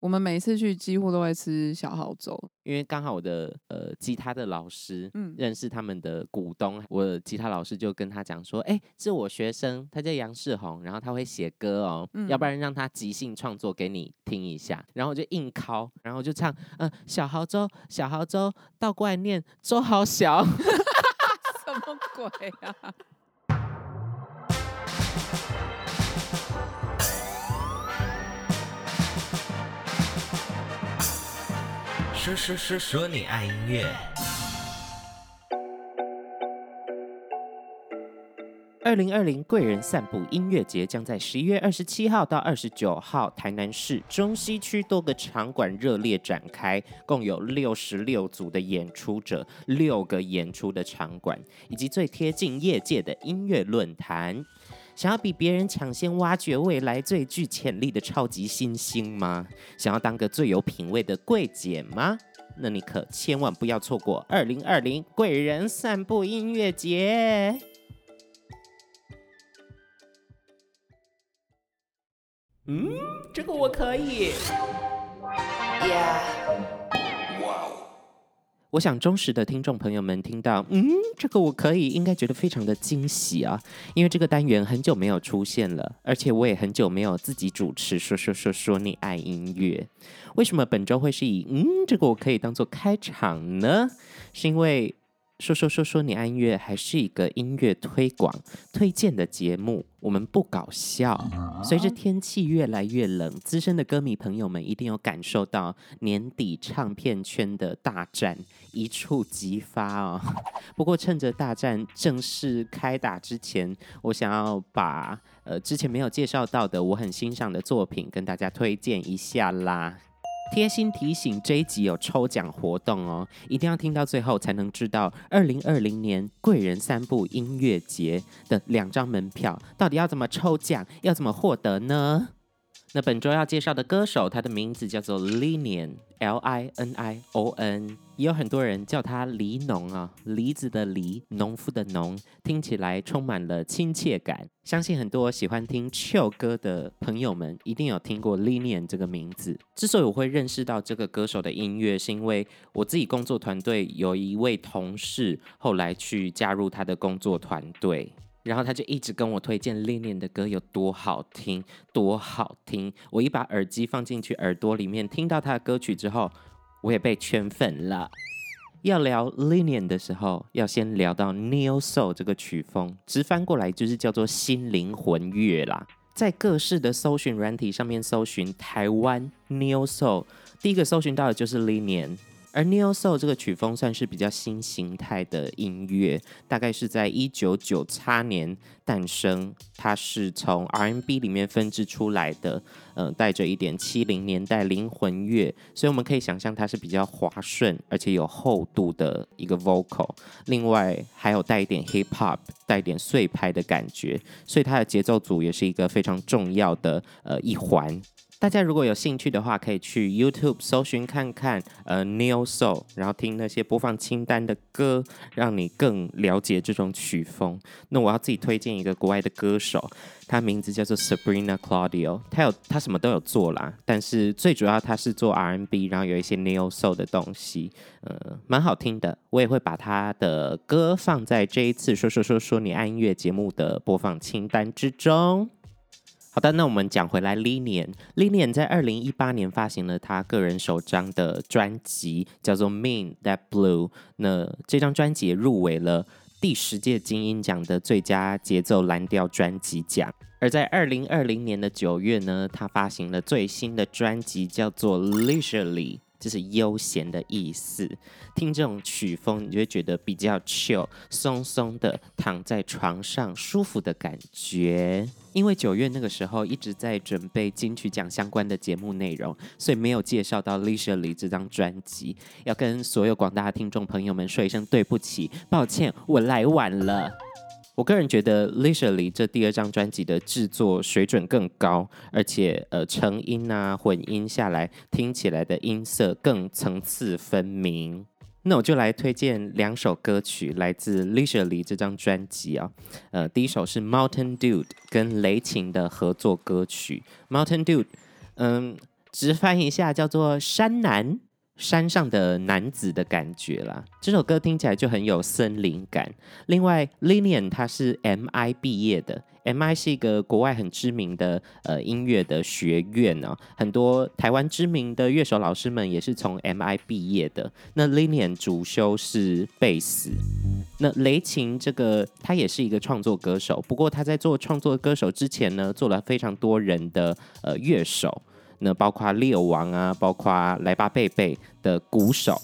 我们每一次去几乎都会吃小号粥， 因为刚好我的呃吉他的老师，嗯认识他们的股东，我的吉他老师就跟他讲说，哎、是我学生，他叫杨世宏，然后他会写歌哦，要不嗯然让他即兴创作给你听一下，然后我就硬敲，然后我就唱，嗯、小豪州，小豪州，倒过来念，州好小，什么鬼啊？说说说说你爱音乐，二零二零贵人散步音乐节将在十一月二十七号到二十九号台南市中西区多个场馆热烈展开，共有六十六组的演出者，六个演出的场馆，以及最贴近业界的音乐论坛。想要比别人抢先挖掘未来最具潜力的超级新星吗？想要当个最有品味的柜姐吗？那你可千万不要错过二零二零贵人散步音乐节。嗯，这个我可以。我想忠实的听众朋友们听到“嗯，这个我可以”，应该觉得非常的惊喜啊，因为这个单元很久没有出现了，而且我也很久没有自己主持说说说说你爱音乐。为什么本周会是以“嗯，这个我可以”当做开场呢？是因为说说说说你爱音乐还是一个音乐推广推荐的节目，我们不搞笑。随着天气越来越冷，资深的歌迷朋友们一定有感受到年底唱片圈的大战一触即发哦。 不过趁着大战正式开打之前，我想要把呃之前没有介绍到的我很欣赏的作品跟大家推荐一下啦。贴心提醒，这一集有抽奖活动哦，一定要听到最后才能知道二零二零年贵人三部音乐节的两张门票到底要怎么抽奖，要怎么获得呢？那本周要介绍的歌手，他的名字叫做 Linion，L I N I O N，也有很多人叫他黎农啊，梨子的梨，农夫的农，听起来充满了亲切感。相信很多喜欢听 chill 歌的朋友们，一定有听过 Linion 这个名字。之所以我会认识到这个歌手的音乐，是因为我自己工作团队有一位同事，后来去加入他的工作团队。然后他就一直跟我推荐 Linion 的歌有多好听，多好听！我一把耳机放进去耳朵里面，听到他的歌曲之后，我也被圈粉了。要聊 Linion 的时候，要先聊到 Neo Soul 这个曲风，直翻过来就是叫做新灵魂乐啦。在各式的搜寻软体上面搜寻台湾 Neo Soul，第一个搜寻到的就是 Linion。而 Neo Soul 这个曲风算是比较新形态的音乐，大概是在一九九叉年诞生。它是从 R&B 里面分支出来的，呃，带着一点七零年代灵魂乐，所以我们可以想象它是比较滑顺而且有厚度的一个 vocal。另外还有带一点 hip hop，带一点碎拍的感觉，所以它的节奏组也是一个非常重要的呃一环。大家如果有兴趣的话，可以去 YouTube 搜寻看看，呃，Neo Soul，然后听那些播放清单的歌，让你更了解这种曲风。那我要自己推荐一个国外的歌手，他名字叫做 Sabrina Claudio，他有他什么都有做啦，但是最主要他是做 R&B，然后有一些 Neo Soul 的东西，呃，蛮好听的。我也会把他的歌放在这一次说说说说你爱音乐节目的播放清单之中。好的，那我们讲回来 l i n i o n l i n i o n 在二零一八年发行了他个人首张的专辑，叫做《Mean That Blue》。那这张专辑也入围了第十届金鹰奖的最佳节奏蓝调专辑奖。而在二零二零年的九月呢，他发行了最新的专辑，叫做《Leisurely》，就是悠闲的意思。听这种曲风，你就会觉得比较 chill，松松的躺在床上舒服的感觉。因为九月那个时候一直在准备金曲奖相关的节目内容，所以没有介绍到《Leisurely》这张专辑。要跟所有广大的听众朋友们说一声对不起，抱歉，我来晚了。我个人觉得《Leisurely》这第二张专辑的制作水准更高，而且呃成音啊混音下来听起来的音色更层次分明。那我就来推荐两首歌曲，来自《Leisurely》这张专辑啊。呃，第一首是 Mountain Dude 跟雷琴的合作歌曲。Mountain Dude，嗯，直翻一下叫做“山南”，山上的男子的感觉啦。这首歌听起来就很有森林感。另外，Linian 他是 MI 毕业的，MI 是一个国外很知名的呃音乐的学院哦，很多台湾知名的乐手老师们也是从 MI 毕业的。那 Linian 主修是贝斯，那雷琴这个他也是一个创作歌手，不过他在做创作歌手之前呢，做了非常多人的呃乐手，那包括猎王啊，包括莱巴贝贝的鼓手。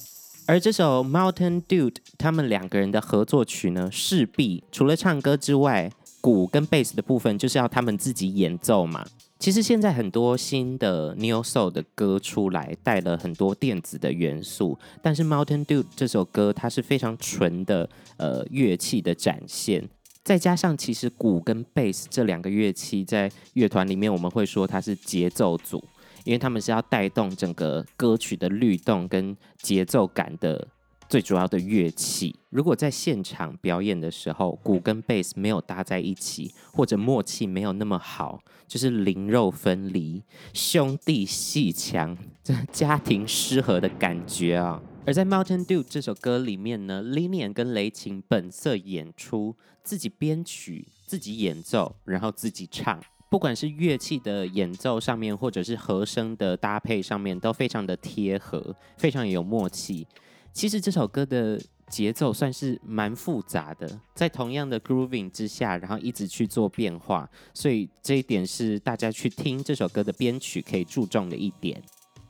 而这首《Mountain Dude》，他们两个人的合作曲呢，势必除了唱歌之外，鼓跟贝斯的部分就是要他们自己演奏嘛。其实现在很多新的 neo soul 的歌出来，带了很多电子的元素，但是《Mountain Dude》这首歌它是非常纯的呃乐器的展现，再加上其实鼓跟贝斯这两个乐器在乐团里面我们会说它是节奏组，因为他们是要带动整个歌曲的律动跟节奏感的最主要的乐器。如果在现场表演的时候，鼓跟贝斯没有搭在一起，或者默契没有那么好，就是灵肉分离、兄弟戏强、这家庭失和的感觉啊。而在《Mountain Dew》这首歌里面呢 l i n i a n 跟雷琴本色演出，自己编曲、自己演奏，然后自己唱。不管是乐器的演奏上面，或者是和声的搭配上面，都非常的贴合，非常有默契。其实这首歌的节奏算是蛮复杂的，在同样的 grooving 之下，然后一直去做变化，所以这一点是大家去听这首歌的编曲可以注重的一点。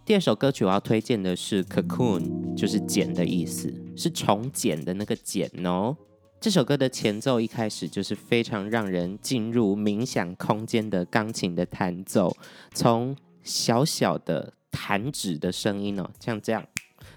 第二首歌曲我要推荐的是《Cocoon》，就是茧的意思，是重茧的那个茧哦。这首歌的前奏一开始就是非常让人进入冥想空间的钢琴的弹奏，从小小的弹指的声音哦，像这样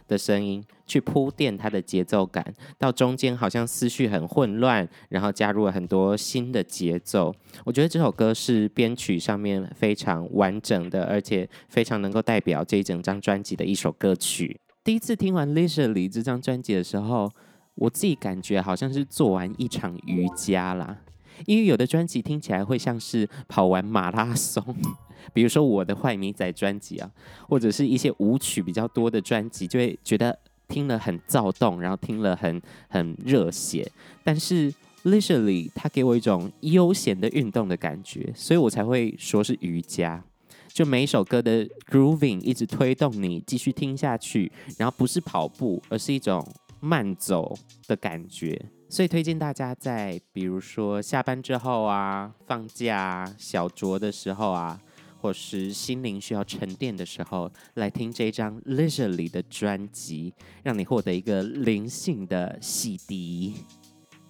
的声音去铺垫它的节奏感，到中间好像思绪很混乱，然后加入了很多新的节奏。我觉得这首歌是编曲上面非常完整的，而且非常能够代表这一整张专辑的一首歌曲。第一次听完《Leisurely》这张专辑的时候，我自己感觉好像是做完一场瑜伽啦，因为有的专辑听起来会像是跑完马拉松， 比如说我的坏米仔专辑啊，或者是一些舞曲比较多的专辑，就会觉得听了很躁动，然后听了很很热血，但是。Leisurely，它给我一种悠闲的运动的感觉，所以我才会说是瑜伽。就每一首歌的 grooving 一直推动你继续听下去，然后不是跑步，而是一种慢走的感觉。所以推荐大家在比如说下班之后啊、放假、啊、小酌的时候啊，或是心灵需要沉淀的时候，来听这张 Leisurely 的专辑，让你获得一个灵性的洗涤。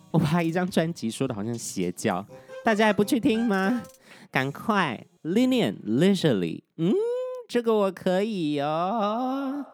我把一张专辑说的好像邪教，大家还不去听吗？赶快 l i n i a n Leisurely，嗯，这个我可以哦。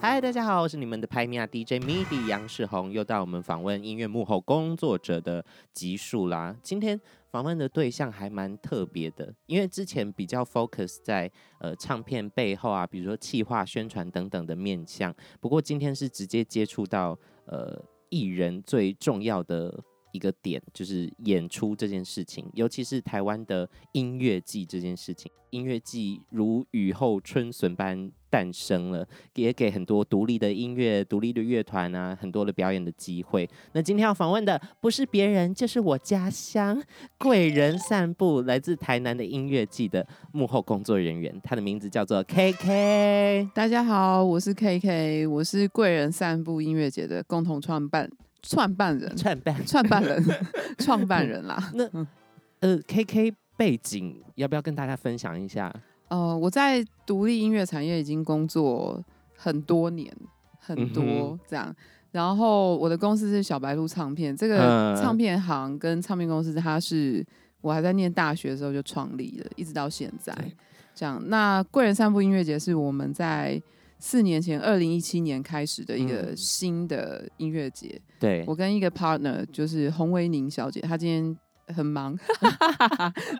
嗨，大家好，我是你们的拍米亚 DJ MIDI 杨世宏，又到我们访问音乐幕后工作者的集数啦。今天访问的对象还蛮特别的，因为之前比较 focus 在呃唱片背后啊，比如说企划、宣传等等的面向。不过今天是直接接触到呃艺人最重要的一个点，就是演出这件事情，尤其是台湾的音乐季这件事情。音乐季如雨后春笋般诞生了，也给很多独立的音乐、独立的乐团啊，很多的表演的机会。那今天要访问的不是别人，就是我家乡贵人散步，来自台南的音乐季的幕后工作人员，他的名字叫做 KK。、大家好，我是 KK，我是贵人散步音乐节的共同创办创办人串办。创办人、创办人啦。呃，KK 背景要不要跟大家分享一下？呃，我在独立音乐产业已经工作很多年，很嗯多这样。然后我的公司是小白鹿唱片，这嗯个唱片行跟唱片公司，它是我还在念大学的时候就创立了，一直到现在对。这样，那贵人散步音乐节是我们在四年前，二零一七年开始的一个嗯新的音乐节。对，我跟一个 partner 就是洪维宁小姐，她今天很忙，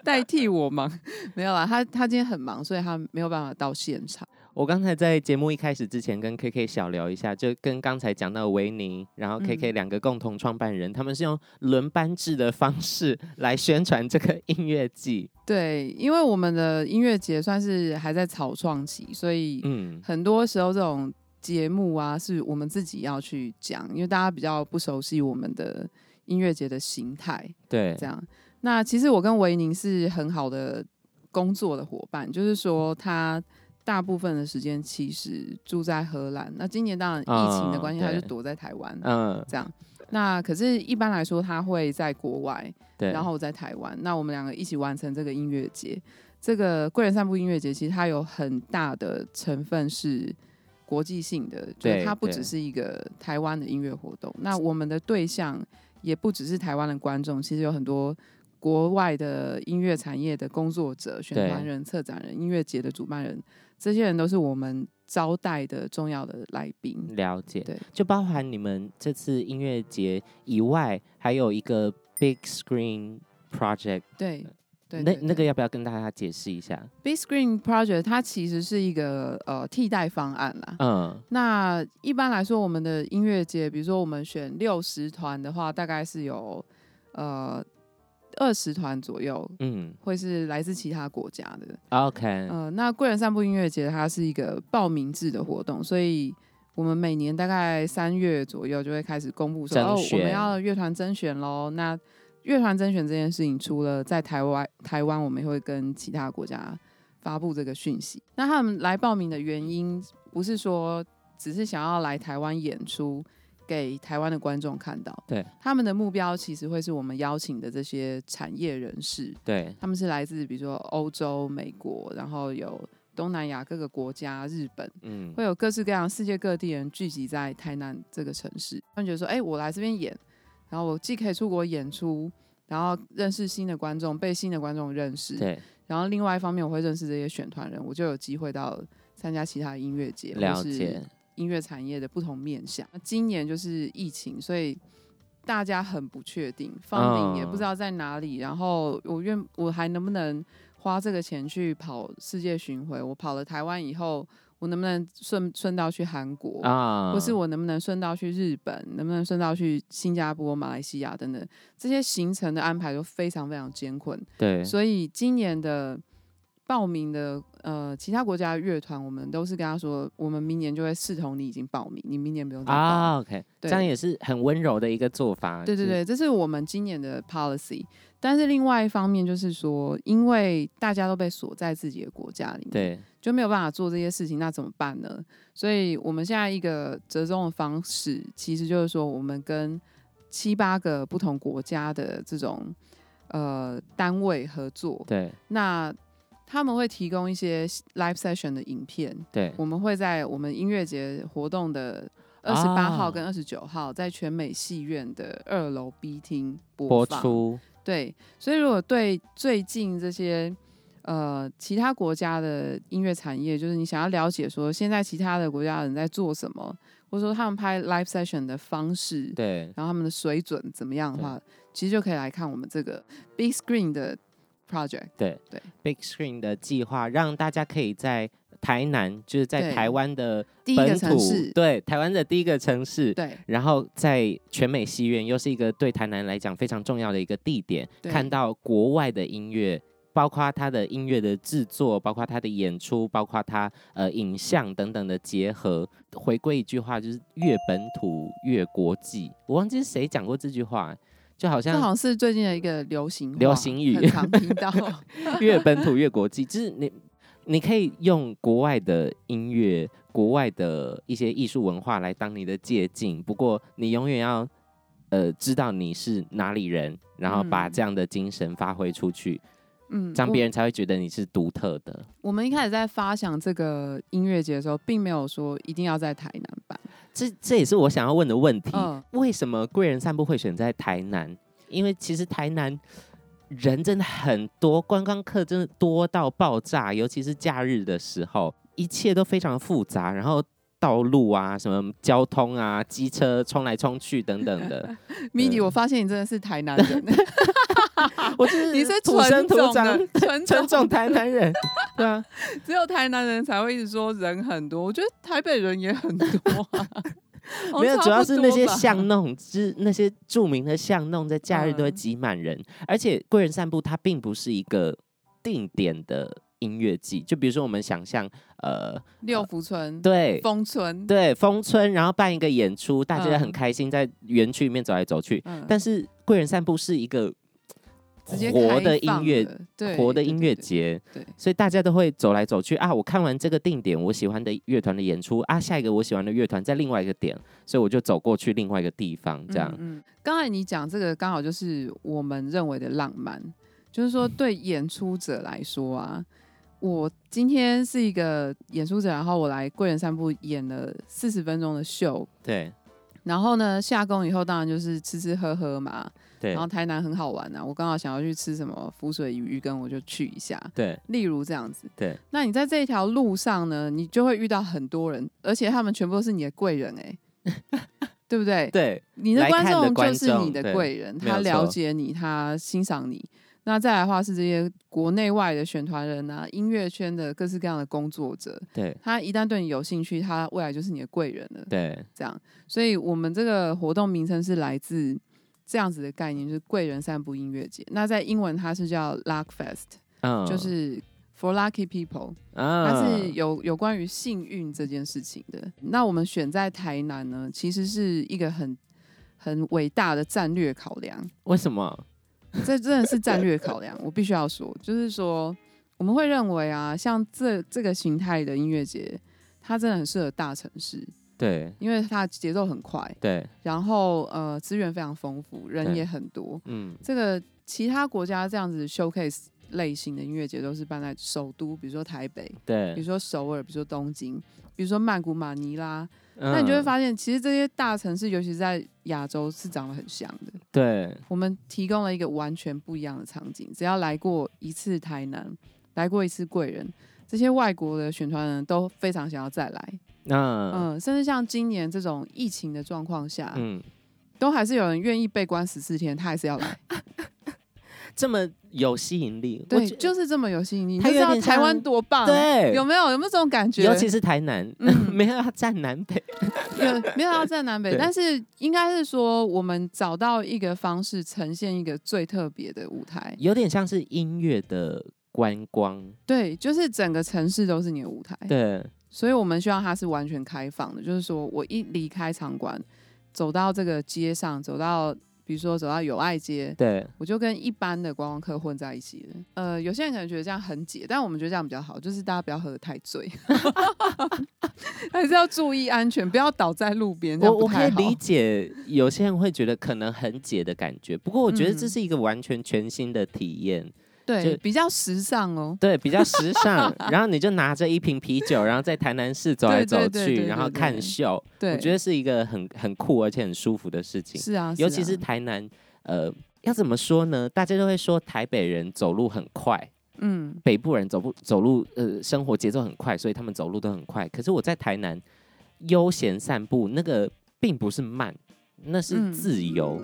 代替我忙。没有啦，他他今天很忙，所以他没有办法到现场。我刚才在节目一开始之前跟 KK 小聊一下，就跟刚才讲到维尼，然后嗯 KK 两个共同创办人，他们是用轮班制的方式来宣传这个音乐季。对，因为我们的音乐节算是还在草创期，所以嗯，很多时候这种节目啊，是我们自己要去讲，因为大家比较不熟悉我们的音乐节的形态。对，这样。那其实我跟维宁是很好的工作的伙伴，就是说嗯他大部分的时间其实住在荷兰。那今年当然疫情的关系，嗯他就对躲在台湾、嗯，这样。那可是，一般来说他会在国外，对，然后我在台湾。那我们两个一起完成这个音乐节，这个贵人散步音乐节，其实它有很大的成分是。国际性的，就对是它不只对是一个台湾的音乐活动。那我们的对象也不只是台湾的观众，其实有很多国外的音乐产业的工作者、宣传人、策展人、音乐节的主办人，这些人都是我们招待的重要的来宾。了解，对就包含你们这次音乐节以外，还有一个 Big Screen Project，对，对，对那那对个要不要跟大家解释一下？ Big Screen Project 它其实是一个呃替代方案啦。嗯，那一般来说，我们的音乐节，比如说我们选六十团的话，大概是有呃二十团左右嗯会是来自其他国家的。 ，OK，呃，那贵人散步音乐节它是一个报名制的活动，所以我们每年大概三月左右就会开始公布说，甄哦，我选们要乐团甄选喽。那乐团甄选这件事情，除了在台湾，台湾我们也会跟其他国家发布这个讯息。那他们来报名的原因，不是说只是想要来台湾演出。给台湾的观众看到，对他们的目标其实会是我们邀请的这些产业人士，对，他们是来自比如说欧洲、美国，然后有东南亚各个国家、日本，嗯，会有各式各样世界各地人聚集在台南这个城市。他们觉得说，哎、我来这边演，然后我既可以出国演出，然后认识新的观众，被新的观众认识，对，然后另外一方面我会认识这些选团人，我就有机会到参加其他音乐节，了或是解，音乐产业的不同面向。那今年就是疫情，所以大家很不确定，放嗯定也不知道在哪里。然后我愿我还能不能花这个钱去跑世界巡回？我跑了台湾以后，我能不能顺顺道去韩国？啊，或是我能不能顺道去日本，能不能顺道去新加坡、马来西亚等等，这些行程的安排都非常非常艰困。对，所以今年的报名的呃其他国家的乐团，我们都是跟他说，我们明年就会视同你已经报名，你明年不用再报名。啊，OK，这对样也是很温柔的一个做法。对对就是，对，这是我们今年的 policy。但是另外一方面就是说，因为大家都被锁在自己的国家里面，对，就没有办法做这些事情，那怎么办呢？所以我们现在一个折中的方式，其实就是说，我们跟七八个不同国家的这种呃单位合作，对，那他们会提供一些 live session 的影片，对，我们会在我们音乐节活动的二十八啊号跟二十九号，在全美戏院的二楼 B 厅播播放。出，对，所以如果对最近这些呃其他国家的音乐产业，就是你想要了解说现在其他的国家人在做什么，或者说他们拍 live session 的方式， 对，然后他们的水准怎么样的话，其实就可以来看我们这个 big screen 的 project。对，对，Big Screen 的计划让大家可以在台南，就是在对台湾的第一个本城土市，，对，台湾的第一个城市。对然后在全美戏院又是一个对台南来讲非常重要的一个地点，对看到国外的音乐，包括它的音乐的制作，包括它的演出，包括它呃影像等等的结合。回归一句话，就是越本土越国际。我忘记是谁讲过这句话，就好这像好像是最近的一个流行话流行语很常听 到。越本土越国际，就是你你可以用国外的音乐、国外的一些艺术文化来当你的借鉴，不过你永远要呃知道你是哪里人，然后把嗯这样的精神发挥出去，嗯，这样我别人才会觉得你是独特的。我们一开始在发想这个音乐节的时候，并没有说一定要在台南办。这这也是我想要问的问题，嗯为什么贵人散步会选在台南？因为其实台南。人真的很多，观光客真的多到爆炸，尤其是假日的时候，一切都非常复杂。然后道路啊、什么交通啊、机车冲来冲去等等的， Midi，我发现你真的是台南人，我就 是你是土生纯土种长的， 纯纯种种台南人，对啊，只有台南人才会一直说人很多，我觉得台北人也很多、啊 ，没好有，像主要是那些差不多吧巷弄，就是那些著名的巷弄，在假日都会嗯挤满人。而且贵人散步它并不是一个定点的音乐季，就比如说我们想象，呃，六福村、对丰村，，对，风村，然后办一个演出，大家嗯很开心，在园区里面走来走去。嗯，但是贵人散步是一个直接活开的音放乐了，对，活的对音乐，节，对对对所以大家都会走来走去啊。我看完这个定点，我喜欢的乐团的演出啊，下一个我喜欢的乐团在另外一个点，所以我就走过去另外一个地方，这样。嗯，嗯刚才你讲这个刚好就是我们认为的浪漫，就是嗯说对演出者来说啊，我今天是一个演出者，然后我来贵人散步演了四十分钟的秀，对然后呢下工以后当然就是吃吃喝喝嘛，对然后台南很好玩啊，我刚好想要去吃什么浮水鱼鱼羹，我就去一下。对例如这样子，对，那你在这一条路上呢，你就会遇到很多人，而且他们全部都是你的贵人、 欸，哎，对不对？对你的来看观的众观就是你众对的贵人，没有他错了解你，他欣赏你。那再来的话是这些国内外的选团人啊，音乐圈的各式各样的工作者，对他一旦对你有兴趣，他未来就是你的贵人了。对这样，所以我们这个活动名称是来自这样子的概念，就是贵人散步音乐节。那在英文它是叫 Luck Fest，、嗯就是 For Lucky People，啊它是有有关于幸运这件事情的。那我们选在台南呢，其实是一个很很伟大的战略考量，为什么？这真的是战略考量，我必须要说，就是说我们会认为啊，像这这个形态的音乐节，它真的很适合大城市，对因为它节奏很快，对，然后呃资源非常丰富，人对也很多。嗯这个其他国家这样子 showcase 类型的音乐节都是办在首都，比如说台北，比如对，说首尔，比如说东京，比如说曼谷、马尼拉。那那你就会发现，其实这些大城市，尤其是在亚洲，是长得很像的。对我们提供了一个完全不一样的场景，只要来过一次台南，来过一次贵人。这些外国的选团人都非常想要再来，那嗯、甚至像今年这种疫情的状况下，嗯都还是有人愿意被关十四天，他还是要来。这么有吸引力， 我对，觉就是这么有吸引力。你它就知有道点台湾像多棒，啊对有没有？有没有这种感觉？尤其是台南，嗯 没有要站南北，有 没有要在南北，对但是应该是说我们找到一个方式呈现一个最特别的舞台。有点像是音乐的观光，对，就是整个城市都是你的舞台。，对所以我们希望它是完全开放的，就是说我一离开场馆，走到这个街上，走到比如说走到友爱街，对我就跟一般的观光客混在一起了。呃，有些人可能觉得这样很解，但我们觉得这样比较好，就是大家不要喝得太醉， 还是要注意安全，不要倒在路边。这我样不我可太以好理解，有些人会觉得可能很解的感觉，不过我觉得这嗯是一个完全全新的体验，对，就比较时尚哦。对，比较时尚。然后你就拿着一瓶啤酒，然后在台南市走来对走对去，对对然后对看对秀，对，我觉得得是一个很很酷而且很舒服的事情。是啊，尤其啊是台南，呃，要怎么说呢？大家都会说台北人走路很快，嗯，北部人走不走路，呃，生活节奏很快，所以他们走路都很快。可是我在台南悠闲散步，那个并不是慢，那是嗯自由。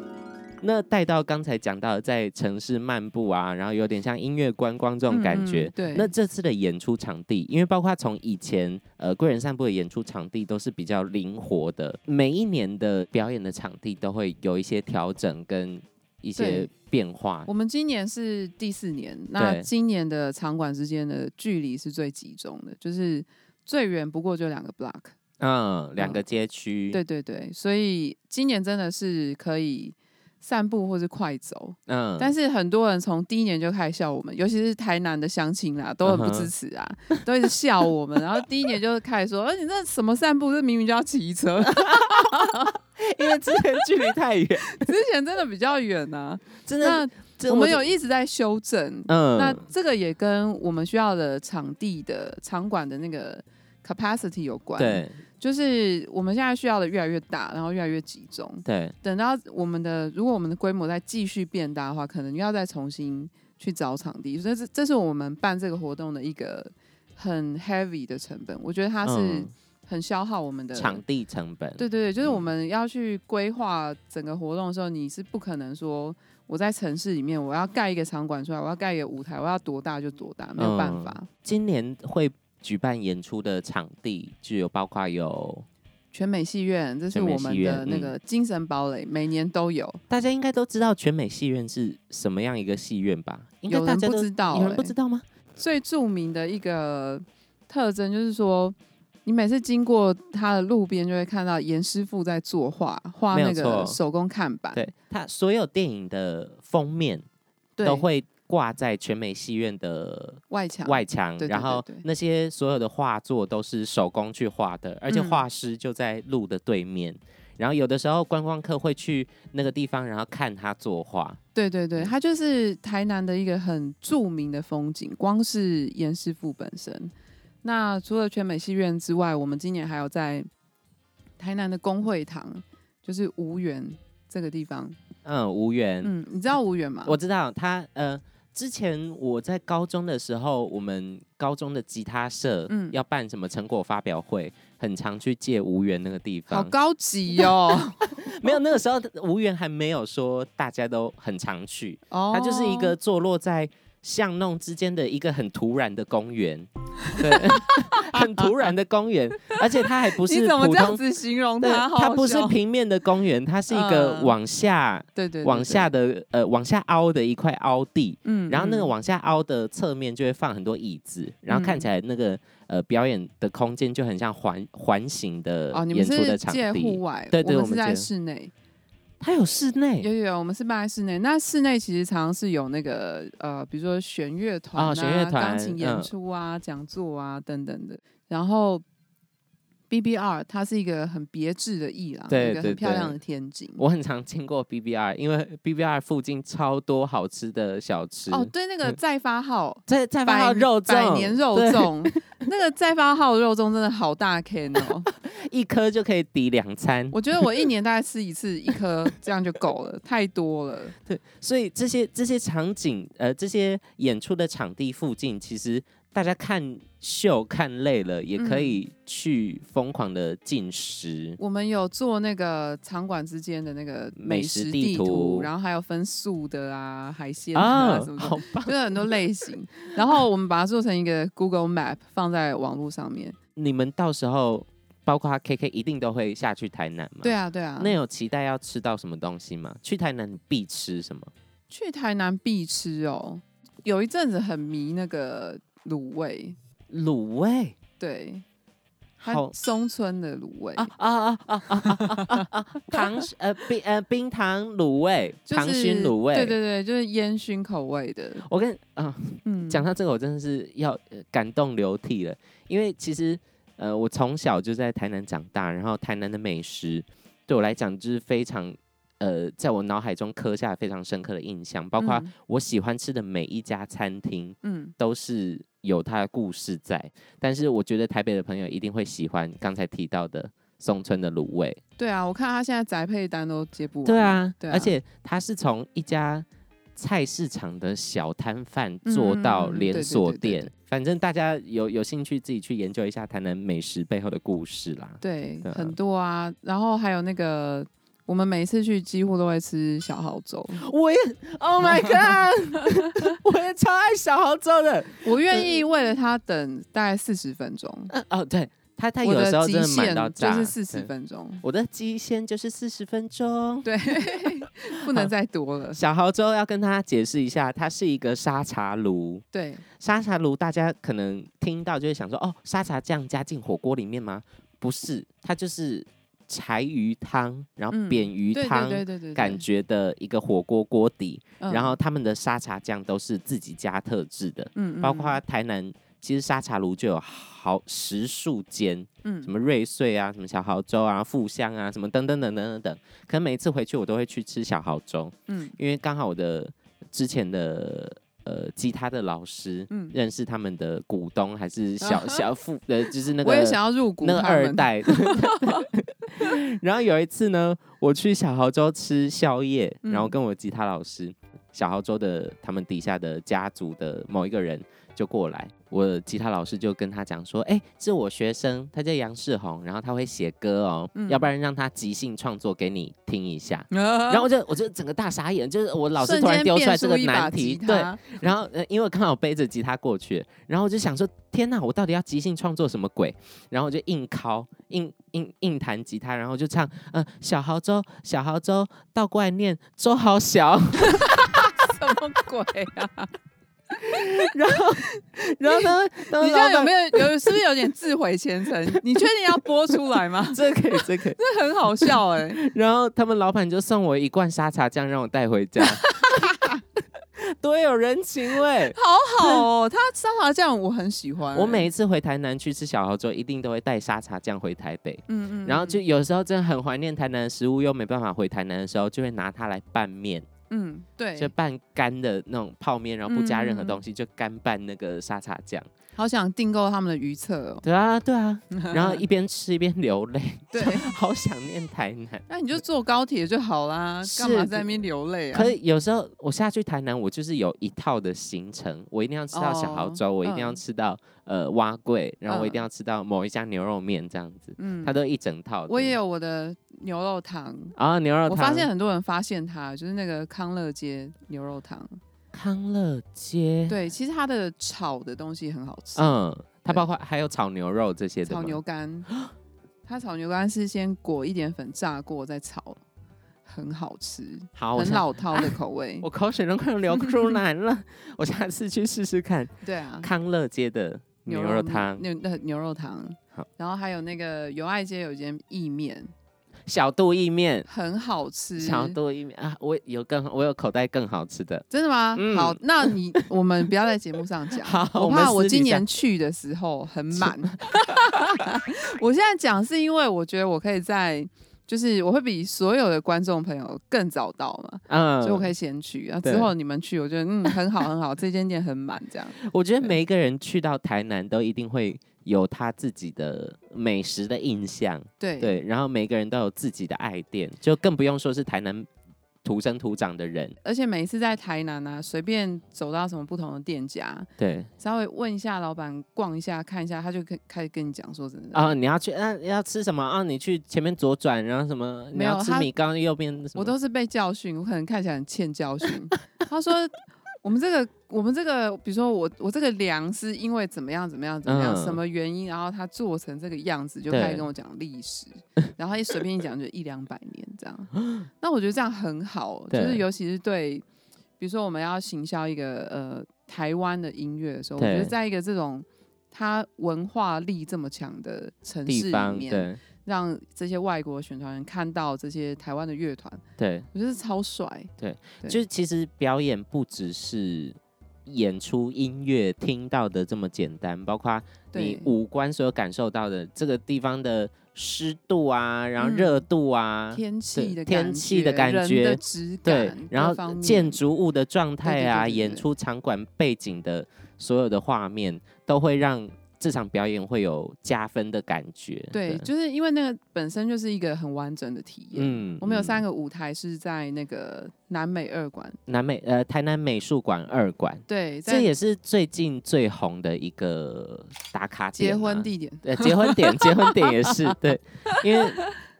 那带到刚才讲到的在城市漫步啊，然后有点像音乐观光这种感嗯觉。嗯对，那这次的演出场地，因为包括从以前呃贵人散步的演出场地都是比较灵活的，每一年的表演的场地都会有一些调整跟一些对变化我。们今年是第四年，那对今年的场馆之间的距离是最集中的，就是最远不过就两个 block。嗯，两个街区。对，对对，所以今年真的是可以散步或是快走，嗯，但是很多人从第一年就开始笑我们，尤其是台南的乡亲啦，都很不嗯哼支持啊，都一直笑我们，然后第一年就开始说，哎，你这什么散步，这明明就要骑车， 因为之前 距离太远，之前真的比较远啊。真那的，这我们有一直在修正，嗯，那这个也跟我们需要的场地的场馆的那个 capacity 有关，，对就是我们现在需要的越来越大，然后越来越集中。对等到我们的如果我们的规模再继续变大的话，可能又要再重新去找场地，所以这这是我们办这个活动的一个很 heavy 的成本。我觉得它是嗯很消耗我们的场地成本，对对对，嗯就是我们要去规划整个活动的时候，你是不可能说我在城市里面我要盖一个场馆出来，我要盖一个舞台，我要多大就多大，没有办嗯法。今年会举办演出的场地就有包括有，全美戏院，这是全美我戏们的院那嗯个精神堡垒，每年都有。大家应该都知道全美戏院是什么样一个戏院吧？应该有大人家不都知道、有人不欸知道吗？最著名的一个特征就是说，你每次经过他的路边，就会看到严师傅在作画，画没有那个错手工看板，对，它所有电影的封面对都会挂在全美戏院的外墙，外墙，对对然对后对那些所有的画作都是手工去画的，而且嗯画师就在路的对面。然后有的时候观光客会去那个地方，然后看他作画。对对嗯对，它就是台南的一个很著名的风景，光是严师傅本身。那除了全美戏院之外，我们今年还有在台南的工会堂，就是无缘这个地方。嗯，无缘。嗯，你知道无缘吗？我知道他呃，之前我在高中的时候，我们高中的吉他社嗯要办什么成果发表会，很常去借无缘那个地好方。高级哦！ 没有那个时候无缘还没有说大家都很常去，哦，它就是 一个坐落在巷弄之间的一个很突然的 公园，对，很突然的公园，而且它还不是你怎么普这样通。子形容 对它？好它好不是笑平面的公园，它是一个嗯往下、对对对往对下的呃往下凹的一块凹地，嗯然后那个嗯往下凹的侧面就会放很多椅子，然后看嗯起来那个呃表演的空间就很像环环形的哦，你们演出是的场借户地。外，对对我我们是们在借室内，它有室有内有有，我们是办在室内。那室内其实常常是有那个呃，比如说弦乐团哦啊、弦乐钢团琴演嗯出啊、讲座啊等等的。然后 B B R 它是一个很别致的艺廊，对一个对很漂对亮的天井。我很常经过 B B R，因为 B B R 附近超多好吃的小吃。哦，对，那个嗯再发号。再再百放到肉粽，百年肉对，粽， 那个再发号肉粽真的好大 can 哦！ 一颗就可以抵两餐。我觉得我一年大概吃一次一颗，这样就够了，太多了。所以这些这些场景，呃，这些演出的场地附近，其实大家看秀看累了，也可以嗯去疯狂的进食。我们有做那个场馆之间的那个美食食地地图然后还有分素的啊、海鲜啊啊什，么的，好棒！就是很多类型。然后我们把它做成一个 Google Map 放在网络上面。你们到时候，包括 KK 一定都会下去台南嘛？对啊，对啊。那有期待要吃到什么东西吗？去台南你必吃什么？去台南必吃哦，有一阵子很迷那个卤味，卤味。对，它好松村的卤味啊啊啊啊啊啊啊啊！糖呃冰呃冰糖卤味，就是糖熏卤味。对对对，就是烟熏口味的。我跟啊、嗯，讲到这个，我真的是要、呃感动流涕了，因为其实呃我从小就在台南长大，然后台南的美食对我来讲就是非常呃在我脑海中刻下非常深刻的印象，包括嗯我喜欢吃的每一家餐厅，嗯都是有它的故事在，但是我觉得台北的朋友一定会喜欢刚才提到的松村的卤味。对啊，我看他现在宅配单都接不完。对啊，对而且它是从一家菜市场的小摊贩做到嗯嗯嗯嗯连锁对对对对店，反正大家有有兴趣自己去研究一下台南美食背后的故事啦。对，对啊很多啊。然后还有那个，我们每次去几乎都会吃小蚝粥。我也，Oh my god，我也超爱小豪粥的。我愿意为了它等大概四十分钟，呃哦，对，他他我有时的候极真的满到限就炸，是四十对。分 钟，我的极限就是四十分钟。对，不能再多了。小豪粥要跟大家解释一下，它是一个沙茶炉。对，沙茶炉大家可能听到就会想说，哦，沙茶酱加进火锅里面吗？不是，它就是柴鱼汤，然后嗯扁鱼对汤对对对对，感觉的一个火锅锅底。嗯，然后他们的沙茶酱都是自己家特制的，嗯，嗯包括台南。其实沙茶炉就有好十数间，嗯什么瑞穗啊，什么小豪粥啊、富香啊，什么等等等等等等。可能每一次回去我都会去吃小豪粥，嗯因为刚好我的之前的呃吉他的老师，嗯认识他们的股东还是小小富呃，就是那个我也想要入股那个他二 们，代。 然后有一次呢，我去小豪州吃宵夜，嗯然后跟我吉他老师小豪州的他们底下的家族的某一个人就过来，我吉他老师就跟他讲说，哎、是我学生，他叫杨世宏，然后他会写歌哦，嗯要不然让他即兴创作给你听一下。然然后我就我就整个大傻眼，就是我老嗯师瞬突然间丢出变来这出个一把难吉题，对，他 然后呃，因为我刚好背着吉他过去，然后我就想说，天哪，我到底要即兴创作什么鬼？然后我就硬敲，硬硬硬弹吉他，然后就唱，呃，小豪州，小豪州，倒过来 念周豪小，什么鬼 啊？然后然后呢，然后你这样老有板没有有是不是有点自毁前程？你确定要播出来吗？ 这个可以，这个可以。这很好笑哎、然后他们老板就送我一罐沙茶酱，让我带回 家，多有人情味。好好哦，他沙茶酱我很喜欢欸、我每一次回台南去吃小豪粥，一定都会带沙茶酱回台北。嗯嗯，然后就嗯有时候真的很怀念台南的食物，又没办法回台南的时候，就会拿它来拌面，嗯对嗯就，拌干的那种泡面，然后不加任何东西，就干拌那个沙茶酱。好想订购他们的鱼册哦。对啊，对啊， 然嗯后一边吃一边流泪， 对，好想念台南。那你就坐高铁就好啦，干是嘛在那边流泪啊？可是有时候我下去台南，我就是有一套的行程，我一定要吃到小豪粥，哦我一定要吃到、呃蛙桂，然后我一嗯定要吃到某一家牛肉面这样子，嗯它都一整套的。我也有我的牛肉汤。啊，牛肉汤。我发现很多人发现它，就是那个康乐街牛肉汤。康乐街，对，其实它的炒的东西很好吃，嗯，它对包括还有炒牛肉这些的炒吗牛 肝。它炒牛肝是先裹一点粉炸过再炒，很好吃，好，哦我很下老饕的口味。我口水都快要流 出来了，我下次去试试看对啊，康乐街的牛肉汤，牛那牛肉汤好，然后还有那个友爱街有一间意面，小肚意面，很好吃。小肚意面啊，我有更我有口袋更好吃的，真的吗？嗯好，那 你我们不要在节目上讲，好我我们怕私我底今下年去的时候很 满。我现在讲是因为我觉得我可以在，就是我会比所有的观众朋友更早到嘛，嗯，所以我可以先去，然后之对后你们去，我觉得嗯很好很好，这间店很满这样。我觉得每一个人去到台南都一定会有他自己的美食的印象，对对，然后每个人都有自己的爱店，就更不用说是台南土生土长的人，而且每一次在台南啊，随便走到什么不同的店家，对稍微问一下老板，逛一下看一下，他就可以开始跟你讲说真的啊，你要去啊，要吃什么啊？你去前面左转，然后什么？你没有要吃他米缸右边什么？我都是被教训，我可能看起来很欠教训。 他说我们这个我们这个，比如说我我这个粮是因为怎么样怎么样怎么样、嗯什么原因，然后它做成这个样子，就对开始跟我讲历史，然后一随便一讲就一两百年这样。那我觉得这样很好，就对是尤其是对，比如说我们要行销一个呃台湾的音乐的时候，我对觉得在一个这种它文化力这么强的城市地里方，面，对让这些外国选团人看到这些台湾的乐团。对，我觉得超帅，对就是其实表演不只是演出音乐听到的这么简单，包括你对，五官所有感受到的这个地方的湿度啊，然后嗯热度啊。天气的天感气的觉感人觉的质对感，，然各方后面建筑物的状态啊，对对对对演对出场馆背景的所有的画面，都会让这场表演会有加分的感觉。对，就是因为那个本身就是一个很完整的体验。嗯我们有三个个舞台是在那个南美二馆，南美呃台南美术馆二馆，对，这在也是最近最红的一个打卡点、啊结婚，地点， 对，结 婚点，结婚点也是对，因为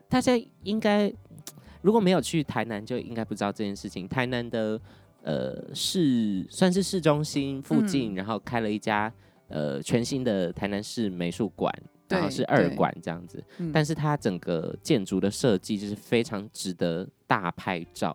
大家应该如果没有去台南，就应该不知道这件事情。台南的呃市算是市中心附嗯近，然后开了一家呃全新的台南市美术馆，然后对是二对馆这样子，嗯但是它整个建筑的设计就是非常值得大拍照。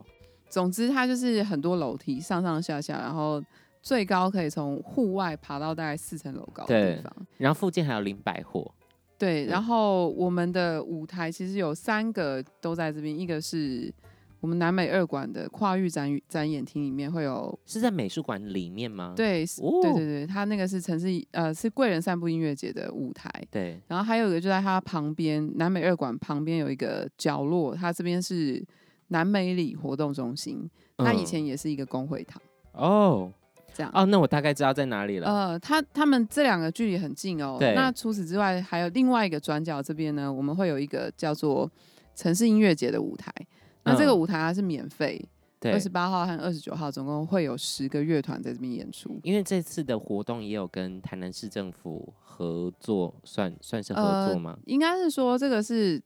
总之它就是很多楼梯，上上下下，然后最高可以从户外爬到大概四层楼高的对地方。然后附近还有林百货，嗯对，然后我们的舞台其实有三个都在这边，一个是我们南美二馆的跨域展展演厅里面会有是在美术馆里面吗？对，是哦对对对，他那个是城市呃是贵人散步音乐节的舞台，对然后还有一个就在它旁边南美二馆旁边有一个角落，它这边是南美里活动中心，它以嗯前也是一个工会堂哦这样。哦，那我大概知道在哪里了。呃，它他们这两个距离很近哦。对那除此之外，还有另外一个转角这边呢，我们会有一个叫做城市音乐节的舞台。那这个嗯舞台它是免费，对二，十八号和二十九号总共会有十个乐团在这边演出。因为这次的活动也有跟台南市政府合作，算算是合呃作吗？应该是说这个是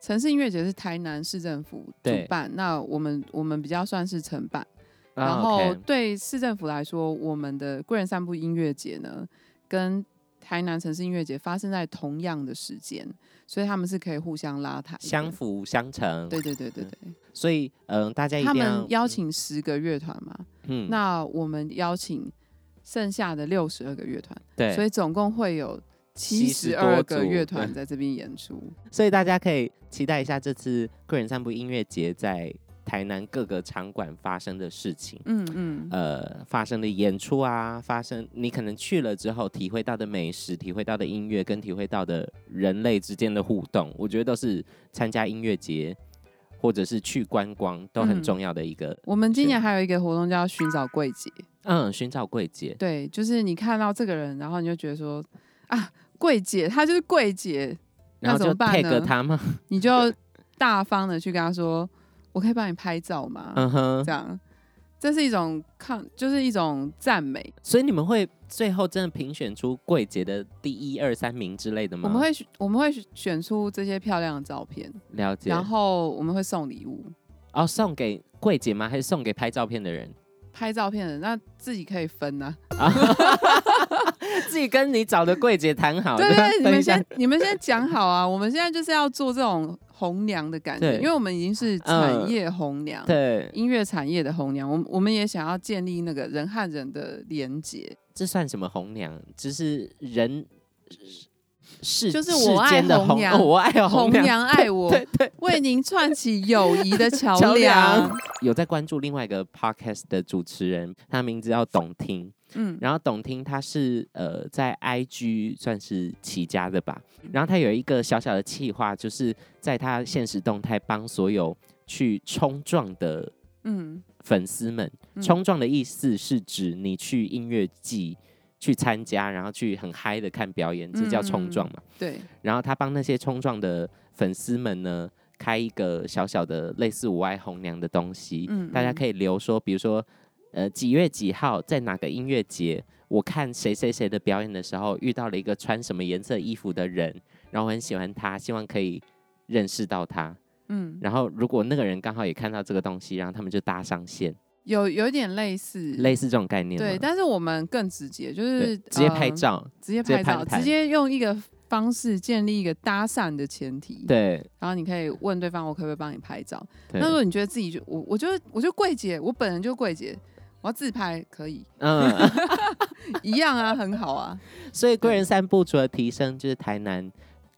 城市音乐节是台南市政府主对办，那我们我们比较算是承办。啊然后 OK 对市政府来说，我们的贵人散步音乐节呢，跟台南城市音乐节发生在同样的时间，所以他们是可以互相拉抬的相。辅相成，对对对对对，所以嗯、大家一他定们要邀，请十个乐团嘛，嗯那我们邀请剩下的六十二个乐团，对，所以总共会有七70十多二组个乐对团在这边演出。所以大家可以期待一下这次个人散步音乐节在台南各个场馆发生的事情，嗯嗯，呃，发生的演出啊，发生你可能去了之后体会到的美食、体会到的音乐跟体会到的人类之间的互动，我觉得都是参加音乐节或者是去观光都很嗯重要的一个，我们今年是还有一个活动叫寻找柜姐，嗯，寻找柜姐，对，就是你看到这个人，然后你就觉得说啊，柜姐，她就是柜姐，那然后怎就么办 tag 呢 他吗？你就大方的去跟她说，我可以帮你拍照吗？嗯哼这，样，这是一种抗，就是一种赞美。所以你们会最后真的评选出柜姐的第一二三名之类的我吗？们会选我们会选出这些漂亮的照片，了解，然后我们会送礼物。哦，送给柜姐吗？还是送给拍照片的人？ 拍照片的那自己可以分呐、自己跟你找的柜姐谈好，对 对，对你分一们下先你们先讲好啊，我们现在就是要做这种红娘的感觉，对嗯因为我们已经是产业红娘，对，音乐产业的红娘，我们我们也想要建立那个人和人的连结，这算什么红娘？就是人世就是世我爱间的红红娘哦我爱红红娘 爱我，对对为您串起友谊的桥桥梁。梁有在关注另外一个 podcast 的主持人，他名字叫董听，嗯，然后董听他是呃在 IG 算是起家的吧，然后他有一个小小的企划，就是在他现实动态帮所有去冲撞的嗯，粉丝们。嗯冲撞的意思是指你去音乐季去参加，然后去很嗨的看表演，这叫嗯冲撞嘛。对，然后他帮那些冲撞的粉丝们呢，开一个小小的类似我爱红娘的东西，嗯大家嗯可以留说，比如说呃几月几号在哪个音乐节，我看谁谁谁的表演的时候遇到了一个穿什么颜色衣服的人，然后我很喜欢他，希望可以认识到他。嗯，然后如果那个人刚好也看到这个东西，然后他们就搭上线，有有一点类似，类似这种概念吗。对，但是我们更直接，就是对直接呃拍照，直接直接拍照，攀谈直接用一个方式建立一个搭讪的前提。，对然后你可以问对方，我可不可以帮你拍照？对那如，果你觉得自己就我，我觉得我就柜姐，我本人就柜姐，我要自拍可以，嗯， 一样啊，很好啊。所以贵人散步除了提升就是台南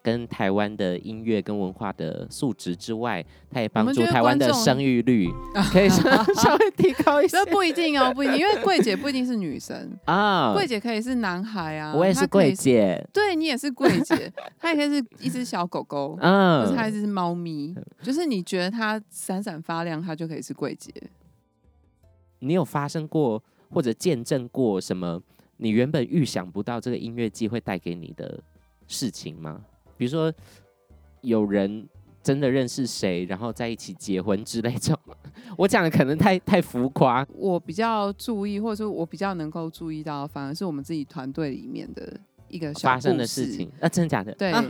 跟台湾的音乐跟文化的素质之外，它也帮我们助觉得台湾的观众生 育率可以稍稍微提高一些这不一定 哦，不一定，因为柜姐不一定是女生，啊。柜姐可以是男孩啊，我也她是可以贵，姐，对你也是柜姐， 她也可以是一只小狗狗。可是它还嗯，是猫咪，就是你觉得它闪闪发亮，它就可以是柜姐。你有发生过或者见证过什么你原本预想不到这个音乐季会带给你的事情吗？比如说有人。真的认识谁，然后在一起结婚之类这种， 我讲的可能太太浮夸，我比较注意，或者说我比较能够注意到，反而是我们自己团队里面的一个小发生的故事事情。，啊，真的假的？对，啊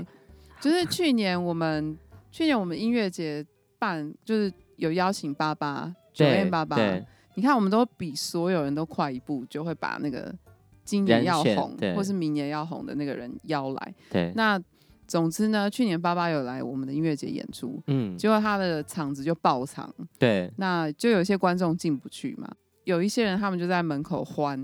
就是去年我们去年我们音乐节办，就是有邀请爸爸九对燕爸爸，对你看我们都比所有人都快一步，就会把那个今年人要选红对或是明年要红的那个人邀来。对，那总之呢，去年爸爸有来我们的音乐节演出，嗯，结果他的场子就爆场。对，那就有一些观众进不去嘛，有一些人他们就在门口欢，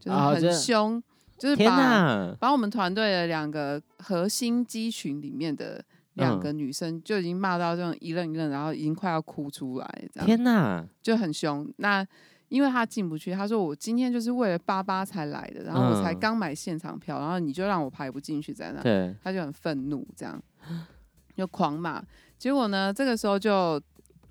就是哦这很凶，就是天把哪，把我们团队的两个核心肌群里面的嗯两个女生就已经骂到这种一愣一愣，然后已经快要哭出来，这样天哪，就很凶。那因为他进不去，他说我今天就是为了爸爸才来的，然后我才嗯刚买现场票，然后你就让我排不进去，在那对，他就很愤怒，这样就狂骂。结果呢，这个时候就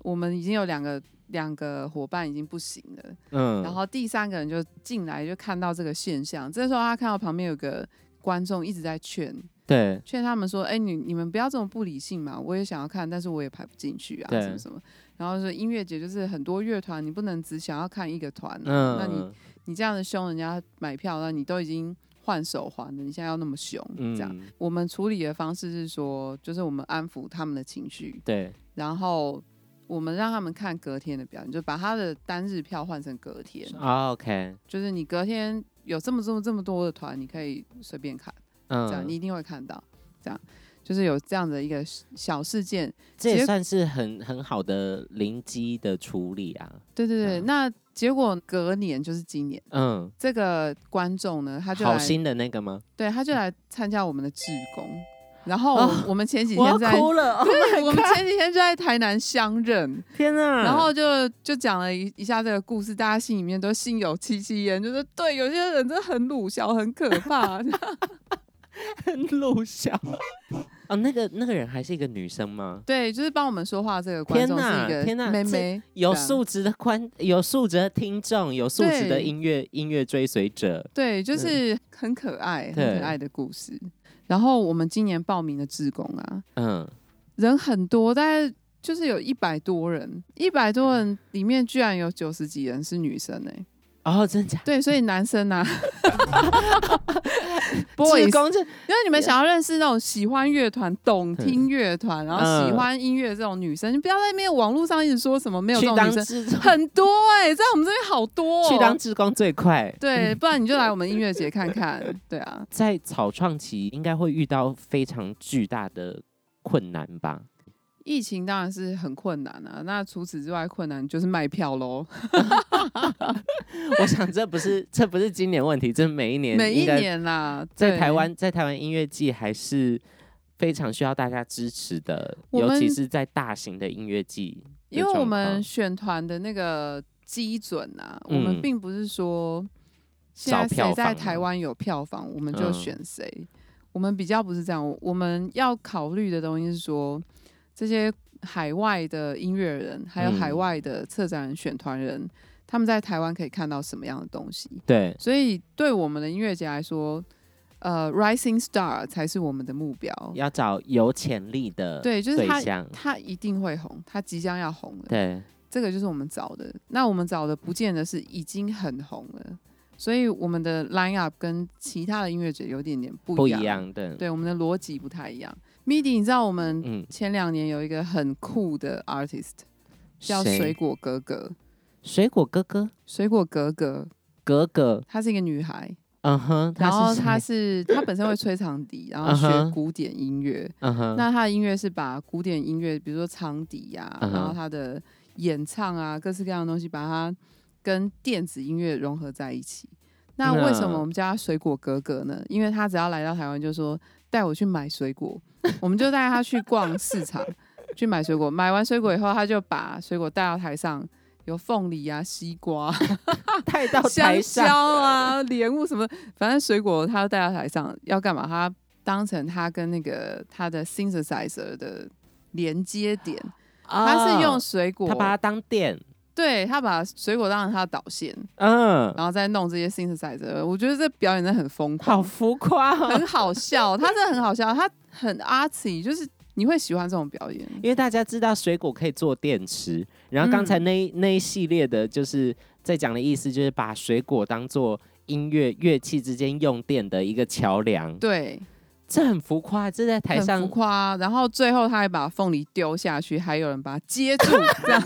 我们已经有两个两个伙伴已经不行了，嗯，然后第三个人就进来就看到这个现象。这时候他看到旁边有个观众一直在劝，对劝他们说：“哎、你你们不要这么不理性嘛，我也想要看，但是我也排不进去啊，对什么什么。”然后说音乐节就是很多乐团，你不能只想要看一个团啊、嗯，那你你这样子凶人家买票，那你都已经换手环了，你现在要那么凶，这样。嗯、我们处理的方式是说，就是我们安抚他们的情绪，对然后我们让他们看隔天的表演，就把他的单日票换成隔天，啊，OK，就是你隔天有这么这么这么多的团，你可以随便看，这样嗯，你一定会看到，这样就是有这样的一个小事件。这结也算是很很好的灵机的处理啊。对对对，嗯那结果隔年就是今年，嗯，这个观众呢，他就好来，心的那个吗？对，他就来参加我们的志工，然后哦我们前几我天要在。 哭了，Oh 对 my 我们 god！前几天就在台南相认，天啊哪！然后就就讲了一一下这个故事，大家心里面都心有戚戚焉，就是对有些人真的很鲁小，很可怕。 很露笑。哦，那个那个人还是一个女生吗？对，啊就是帮我们说话这个观众天哪是一个天哪妹这妹，有对啊素质的观，有素质的听众，有素质的对音乐音乐追随者。对，就是很可爱、很对可爱的故事。然后我们今年报名的志工啊，嗯，人很多，大概就是有一百多人，一百多人里面居然有九十几人是女生哎、哦，真假？对，所以男生 啊志，boys 工这因为你们想要认识那种喜欢乐团、懂听乐团，嗯然后喜欢音乐这种女生，你不要在那边网络上一直说什么没有去这种当女生，志工，很多哎、在我们这边好多、哦。去当嗯志工最快。对，不然你就来我们音乐节看看。对啊，在草创期应该会遇到非常巨大的困难吧？ 疫情当然是很困难啊，那除此之外困难就是卖票喽。我想这不是这不是今年问题，这每一年每一应该年啦，在对台，湾在台湾音乐季还是非常需要大家支持的，我尤其们是在大型的音乐季的因状况。为我们选团的那个基准啊，我们嗯并不是说现找在票谁房在吗台湾有票房，我们就嗯选谁。我们比较不是这样，我我们要考虑的东西是说，这些海外的音乐人，还有海嗯外的策展人、选团人，他们在台湾可以看到什么样的东西。对所以对我们的音乐节来说，呃，Rising Star 才是我们的目标。要找有潜力的对，就是对他，象，他一定会红，他即将要红了。对这个就是我们找的。那我们找的不见得是已经很红了，所以我们的 line up 跟其他的音乐节有点点不不一一样。样的，对，我们的逻辑不太一样。MIDI，你知道我们嗯，前两年有一个很酷的 artist 叫谁水果格格，水果哥哥水果格格，格格，她是一个女孩，嗯哼，然后是她谁是她本身会吹长笛，然后嗯哼学古典音乐。嗯哼，那她的音乐是把古典音乐，比如说长笛呀、嗯哼然后她的演唱啊，各式各样的东西，把它跟电子音乐融合在一起。那嗯为什么我们叫她水果格格呢？因为她只要来到台湾，就说带我去买水果，我们就带她去逛市场，去买水果。买完水果以后，她就把水果带到台上，有凤梨啊、西瓜、太到台香上蕉啊、莲雾什么，反正水果他带到台上要干嘛？他当成他跟那个他的 synthesizer 的连接点，他是用哦水果，他把它当电，对他把水果当成他的导线，嗯，然后再弄这些 synthesizer。我觉得这表演真的很疯好狂，浮夸哦，很好笑，他真的很好笑，他很 arty，就是你会喜欢这种表演。因为大家知道水果可以做电池，然后刚嗯才那一、那一系列的，就是在讲的意思，就是把水果当做音乐乐器之间用电的一个桥梁，对，这很浮夸，这在台很浮上夸。然后最后他还把凤梨丢下去，还有人把它接住，这样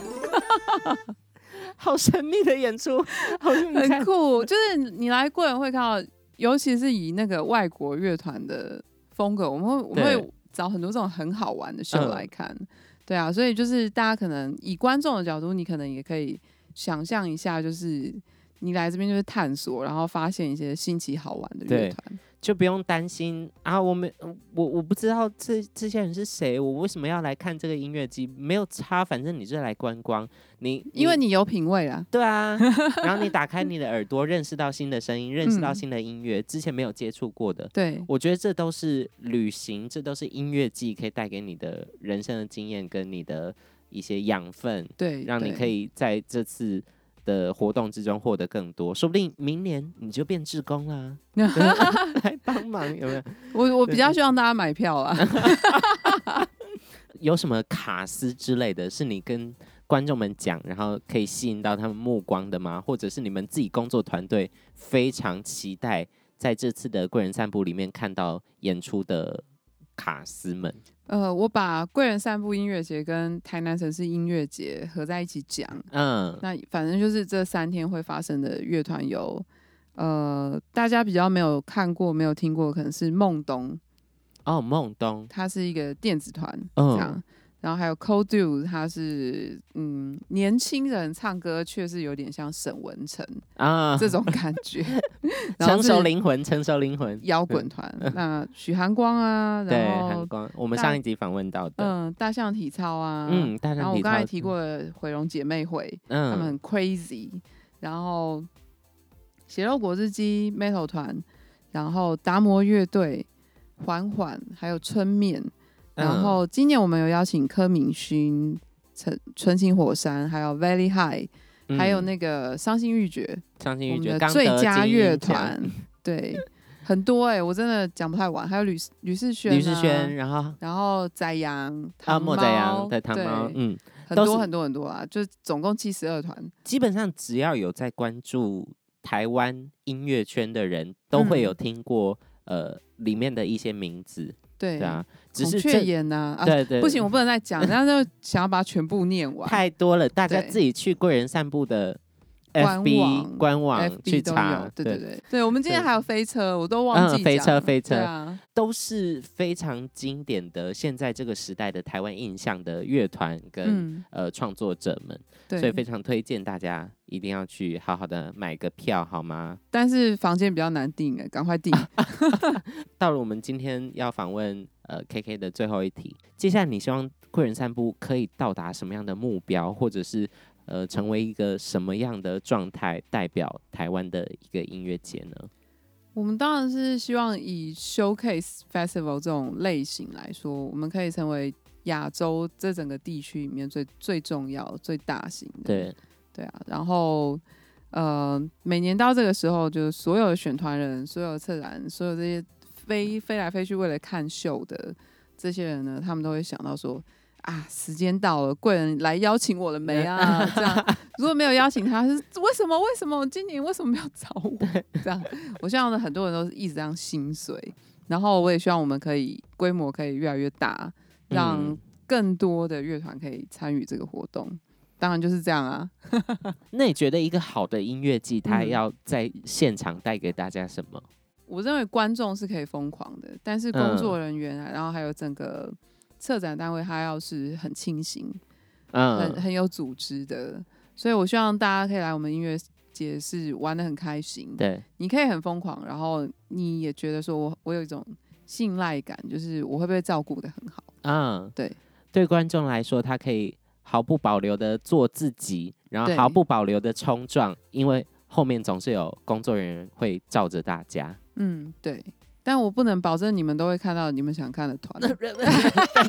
好神秘的 演出，好像你很看酷。就是你来贵人会看到，尤其是以那个外国乐团的风格，我们会我们对会找很多这种很好玩的秀嗯来看。对啊，所以就是大家可能以观众的角度，你可能也可以想象一下，就是你来这边就是探索，然后发现一些新奇好玩的乐对团。就不用担心啊，我们我我不知道这这些人是谁，我为什么要来看这个音乐季？没有差，反正你是来观光，你因为你有品味啦，对啊，然后你打开你的耳朵，认识到新的声音，认嗯识到新的音乐，之前没有接触过的。对我觉得这都是旅行，这都是音乐季可以带给你的人生的经验跟你的一些养分，对，让你对可以在这次的活动之中获得更多，说不定明年你就变志工啦， 来帮忙有没有？我我比较希望大家买票啊 啦。有什么卡司之类的，是你跟观众们讲，然后可以吸引到他们目光的吗？或者是你们自己工作团队非常期待在这次的贵人散步里面看到演出的卡司们？呃，我把贵人散步音乐节跟台南城市音乐节合在一起讲。嗯，那反正就是这三天会发生的乐团有，呃，大家比较没有看过、没有听过，可能是梦东，哦，孟东，它是一个电子团，嗯这样。然后还有 Cold Do，他是嗯年轻人唱歌，却是有点像沈文成、啊，。这种感觉 然后成熟是灵魂，成熟灵魂，摇滚团，那许寒光啊，对，然韩后光，我们大上一集访问到的，嗯大象体操啊，嗯，大然象后我体刚才操，提过的毁容姐妹会，他们嗯，很 crazy，然后血肉果汁机 metal 团，然后达摩乐队、缓缓，还有春面，嗯然后今年我们有邀请柯敏勋、陈纯情火山，还有 Valley High，、嗯还有那个伤心欲绝，伤心我欲们绝的刚最得佳金乐鹰奖团，对，很多哎、我真的讲不太完，还有吕吕世轩、啊吕世轩，，然后然后宰羊、啊，唐莫宰猫阳对糖猫，嗯，很都多是很多很多啊，就总共七十二团，基本上只要有在关注台湾音乐圈的人，都会嗯有听过、呃里面的一些名字，对对啊，只孔是雀这眼呐、啊，对对不行，我不能再 讲，然后就想要把它全部念完。太多了，大家对自己去贵人散步的官 FB 网官 FB 网去都查有，，对对对，对我们今天还有飞车，我都忘记嗯飞讲车了飞车对啊，都是非常经典的现在这个时代的台湾印象的乐团跟、嗯，呃创作者们，所以对非，常推荐大家一定要去好好的买个票，好吗？但是房间比较难订，哎赶快订。啊到了我们今天要访问呃 KK 的最后一题，接下来你希望贵人散步可以到达什么样的目标，或者是呃成为一个什么样的状态，代表台湾的一个音乐节呢？我们当然是希望以 showcase festival 这种类型来说，我们可以成为亚洲这整个地区里面最最重要、最大型的。对，对啊，然后呃，每年到这个时候，就是所有的选团人、所有的策展、所有这些飞飞来飞去为了看秀的这些人呢，他们都会想到说。啊，时间到了，贵人来邀请我了没啊？这样，如果没有邀请他，是为什么？为什么今年为什么没有找我？这样，我希望很多人都是一直这样心碎。然后，我也希望我们可以规模可以越来越大，让嗯更多的乐团可以参与这个活动。当然就是这样啊。那你觉得一个好的音乐季，它嗯要在现场带给大家什么？我认为观众是可以疯狂的，但是嗯工作人员啊，然后还有整个策展单位，他要是很清醒、嗯很很有组织的，所以我希望大家可以来我们音乐节是玩的很开心，对，你可以很疯狂，然后你也觉得说我我有一种信赖感，就是我会被照顾的很好，嗯，对，对观众来说，他可以毫不保留的做自己，然后对毫不保留的冲撞，因为后面总是有工作人员会罩着大家。嗯，对。但我不能保证你们都会看到你们想看的团，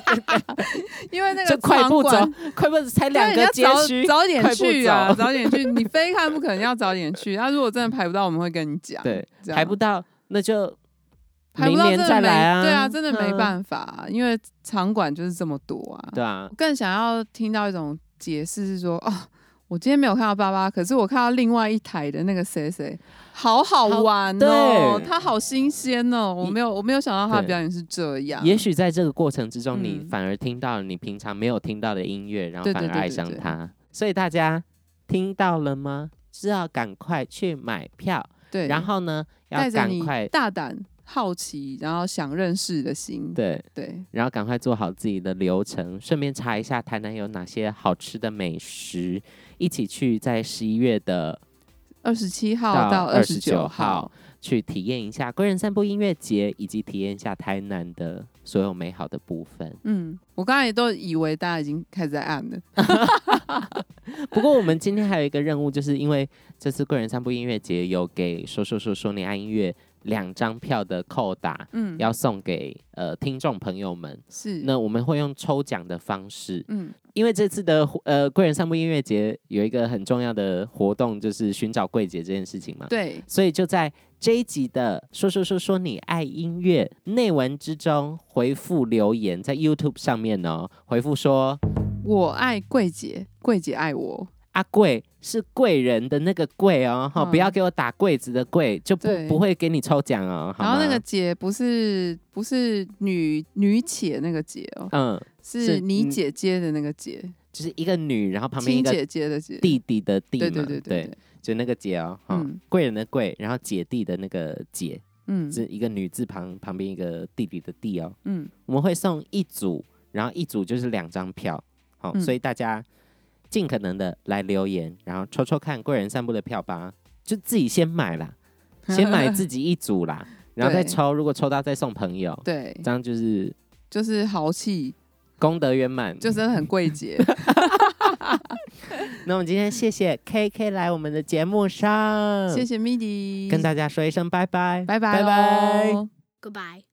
因为那就个快场步走馆，快步走才对两个街你区要，早早点去快啊，步走早点去。你非看不可能要早点去。那、如果真的排不到，我们会跟你讲。对，这样排不到那就排不明到年真的再没来啊对啊，真的没嗯办法啊、因为场馆就是这么多啊。对啊我，更想要听到一种解释是说，哦，我今天没有看到爸爸，可是我看到另外一台的那个谁谁，好好玩哦对，他好新鲜哦，我也没有我没有想到他的对表演是这样。也许在这个过程之中，嗯你反而听到了你平常没有听到的音乐，然后对反对而对爱对上对它。所以大家听到了吗？是要赶快去买票，对，然后呢，要带着赶你快大胆、好奇，然后想认识的心。对，对，然后赶快做好自己的流程，顺便查一下台南有哪些好吃的美食，一起去在十一月的二十七到号到二十九号29号，去体验一下归人散步音乐节，以及体验一下台南的所有美好的部分。嗯，我刚才也都以为大家已经开始在按了。 不过我们今天还有一个任务，就是因为这次贵人散步音乐节有给说说说说你爱音乐两张票的扣打，嗯，要送给呃听众朋友们。是那我们会用抽奖的方式，嗯因为这次的呃贵人散步音乐节有一个很重要的活动，就是寻找柜姐这件事情嘛。对所以就在这一集的“说说说说你爱音乐”内文之中回复留言，在 YouTube 上面哦，回复说我爱桂姐，桂姐爱我，阿啊贵是贵人的那个贵哦，哈、嗯不要给我打柜子的柜，就不对不会给你抽奖哦。好然后那吗个姐不是不是女女姐那个姐哦，嗯，是你嗯姐姐的那个姐，就是一个女，然后旁边一亲个姐姐的姐，弟弟的弟对嘛，对对对，就那个姐哦，哈、嗯贵人的贵，然后姐弟的那个姐，嗯是一个女字旁旁边一个弟弟的弟哦。嗯，我们会送一组，然后一组就是两张票，好、嗯所以大家尽可能的来留言，然后抽抽看贵人散步的票吧，就自己先买啦，先买自己一组啦，然后再对抽，如果抽到再送朋友， 对，这样就是就是豪气，功德圆满。就真的很桂 姐，那我们今天谢谢 KK 来我们的节目上，谢谢 MIDI，嗯跟大家说一声拜拜，拜拜拜拜。喽 Goodbye.